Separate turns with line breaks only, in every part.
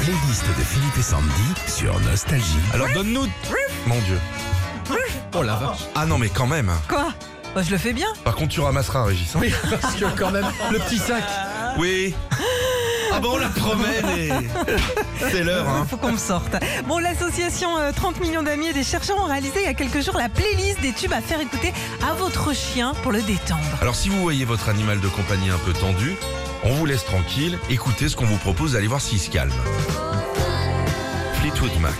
playlist de Philippe et Sandy sur Nostalgie.
Alors donne-nous. Mon Dieu.
Oh la vache.
Ah non, mais quand même.
Quoi Bah, Je le fais bien.
Par contre, tu ramasseras, Régis. hein.
Oui, parce que quand même, le petit sac.
Oui. Ah bon, on la promène et. C'est l'heure, hein.
Faut qu'on me sorte. Bon, l'association euh, 30 millions d'amis et des chercheurs ont réalisé il y a quelques jours la playlist des tubes à faire écouter à votre chien pour le détendre.
Alors, si vous voyez votre animal de compagnie un peu tendu, on vous laisse tranquille. Écoutez ce qu'on vous propose, allez voir s'il se calme. Fleetwood Mac.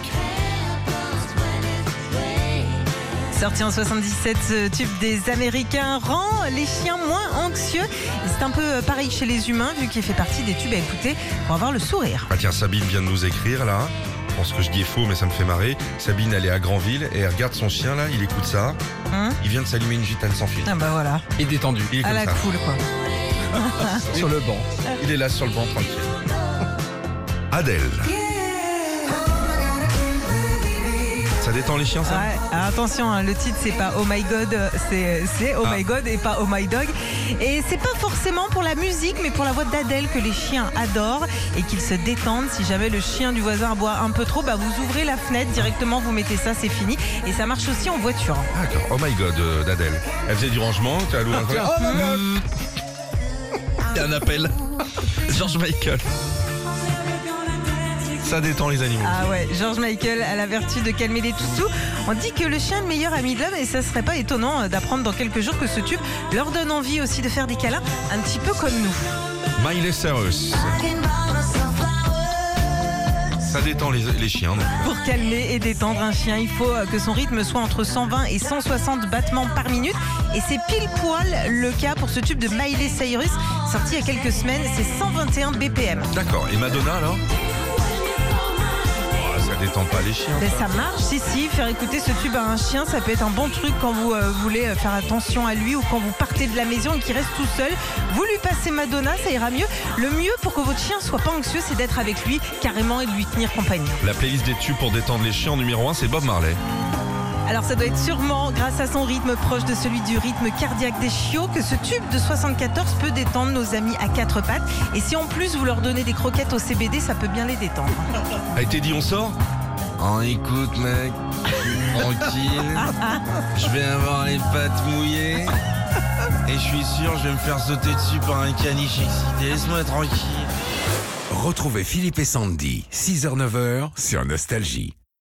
Sorti en 77, ce tube des Américains rend les chiens moins anxieux. Et C'est un peu euh, pareil chez les humains, vu qu'il fait partie des tubes à écouter pour avoir le sourire.
Ah tiens, Sabine vient de nous écrire là. Je pense que je dis faux, mais ça me fait marrer. Sabine, elle est à Granville et elle regarde son chien là, il écoute ça.
Hein
Il vient de s'allumer une gitane sans fil.
Ah bah voilà,
Et détendu.
Il est
à
comme
la
ça.
cool quoi.
Sur le banc.
Il est là sur le banc tranquille. Adèle. Ça détend les chiens, ça
Ouais, alors attention, hein, le titre c'est pas Oh My God, euh, c'est c'est Oh
Ah.
My God et pas Oh My Dog. Et c'est pas forcément pour la musique, mais pour la voix d'Adèle que les chiens adorent et qu'ils se détendent. Si jamais le chien du voisin boit un peu trop, bah vous ouvrez la fenêtre directement, vous mettez ça, c'est fini. Et ça marche aussi en voiture.
Ah, D'accord. Oh my god, euh, d'Adèle. Elle faisait du rangement, tu as loué un
Tiens,
coin. Il y a un appel. George Michael. Ça détend les animaux.
Ah ouais, George Michael a la vertu de calmer les toutous. On dit que le chien est le meilleur ami de l'homme et ça serait pas étonnant euh, d'apprendre dans quelques jours que ce tube leur donne envie aussi de faire des câlins un petit peu comme nous.
Miley Cyrus. Ça détend les, les chiens. donc.
Pour calmer et détendre un chien, il faut euh, que son rythme soit entre 120 et 160 battements par minute. Et c'est pile poil le cas pour ce tube de Miley Cyrus, sorti il y a quelques semaines. C'est 121 BPM.
D'accord. Et Madonna alors Oh, Ça détend pas les chiens.
Ben, ça marche, si, si. Faire écouter ce tube à un chien, ça peut être un bon truc quand vous euh, voulez euh, faire attention à lui ou quand vous partez de la maison et qu'il reste tout seul. Vous lui passez Madonna, ça ira mieux. Le mieux pour que votre chien soit pas anxieux, c'est d'être avec lui carrément et de lui tenir compagnie.
La playlist des tubes pour détendre les chiens numéro 1, c'est Bob Marley.
Alors ça doit être sûrement grâce à son rythme proche de celui du rythme cardiaque des chiots que ce tube de 74 peut détendre nos amis à quatre pattes. Et si en plus vous leur donnez des croquettes au CBD, ça peut bien les détendre.
A été dit, on sort On Oh, écoute, mec. Tranquille. Je vais avoir les pattes mouillées. Et je suis sûr, je vais me faire sauter dessus par un caniche excité. Laisse-moi tranquille.
Retrouvez Philippe et Sandy, 6h-9h sur Nostalgie.